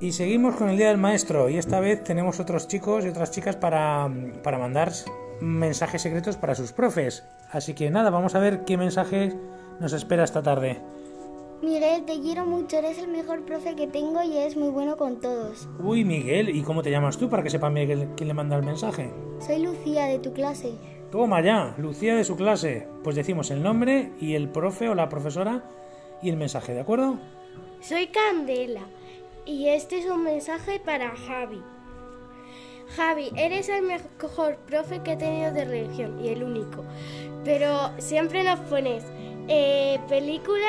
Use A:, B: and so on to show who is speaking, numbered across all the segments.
A: Y seguimos con el Día del Maestro y esta vez tenemos otros chicos y otras chicas para, para mandar mensajes secretos para sus profes. Así que nada, vamos a ver qué mensajes nos espera esta tarde.
B: Miguel, te quiero mucho, eres el mejor profe que tengo y eres muy bueno con todos.
A: Uy, Miguel, ¿y cómo te llamas tú para que sepa Miguel quién le manda el mensaje?
B: Soy Lucía de tu clase.
A: Toma ya, Lucía de su clase. Pues decimos el nombre y el profe o la profesora y el mensaje, ¿de acuerdo?
C: Soy Candela y este es un mensaje para Javi. Javi, eres el mejor profe que he tenido de religión y el único, pero siempre nos pones eh, películas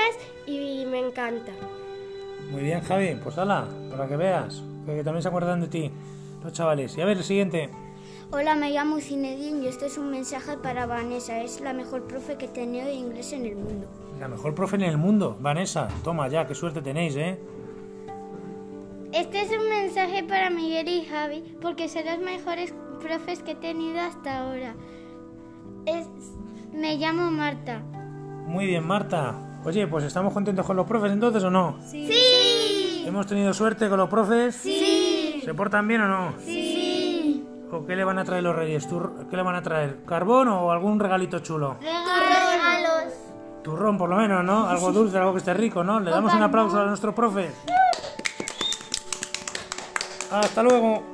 C: y me encanta.
A: Muy bien, Javi, pues hala, para que veas, que también se acuerdan de ti los chavales. Y a ver, el siguiente.
D: Hola, me llamo Zinedine y este es un mensaje para Vanessa. Es la mejor profe que he tenido de inglés en el mundo.
A: La mejor profe en el mundo, Vanessa. Toma ya, qué suerte tenéis, ¿eh?
E: Este es un mensaje para Miguel y Javi, porque son los mejores profes que he tenido hasta ahora. Es... Me llamo Marta.
A: Muy bien, Marta. Oye, pues estamos contentos con los profes entonces o no?
E: Sí. sí.
A: ¿Hemos tenido suerte con los profes?
E: Sí.
A: ¿Se portan bien o no?
E: Sí.
A: ¿O qué le van a traer los reyes? ¿Qué le van a traer? ¿Carbón o algún regalito chulo?
E: Eh. Regalos.
A: Turrón por lo menos, ¿no? Algo dulce, algo que esté rico, ¿no? Le damos un aplauso a nuestros profes. Hasta luego.